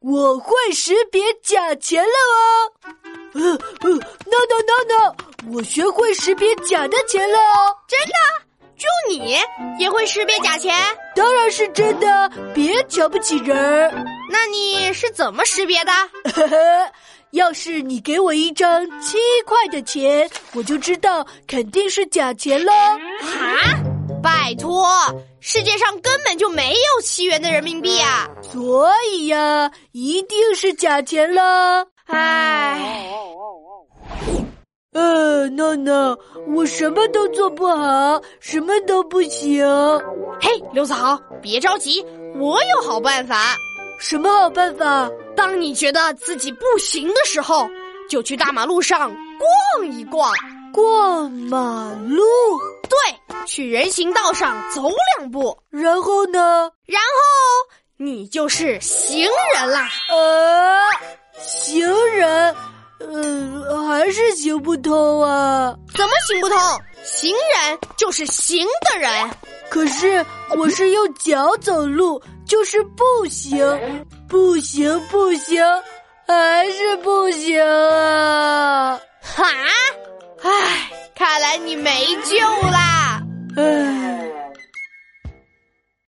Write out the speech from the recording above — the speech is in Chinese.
我会识别假钱了哦。呃呃，no no no no，我学会识别假的钱了哦。真的？就你也会识别假钱？当然是真的，别瞧不起人儿。 那你是怎么识别的？呵呵，要是你给我一张七块的钱，我就知道肯定是假钱喽。啊！拜托，世界上根本就没有七元的人民币啊！所以呀、一定是假钱了。唉，呃，闹闹，我什么都做不好，什么都不行，嘿，刘子豪，别着急，我有好办法。什么好办法？当你觉得自己不行的时候，就去大马路上逛一逛。过马路，对，去人行道上走两步，然后呢？然后你就是行人啦。呃，行人，呃，还是行不通啊。怎么行不通？行人就是行的人。可是我是用脚走路，就是不行，不行，不行，还是不行啊！哈，唉，看来你没救啦。唉。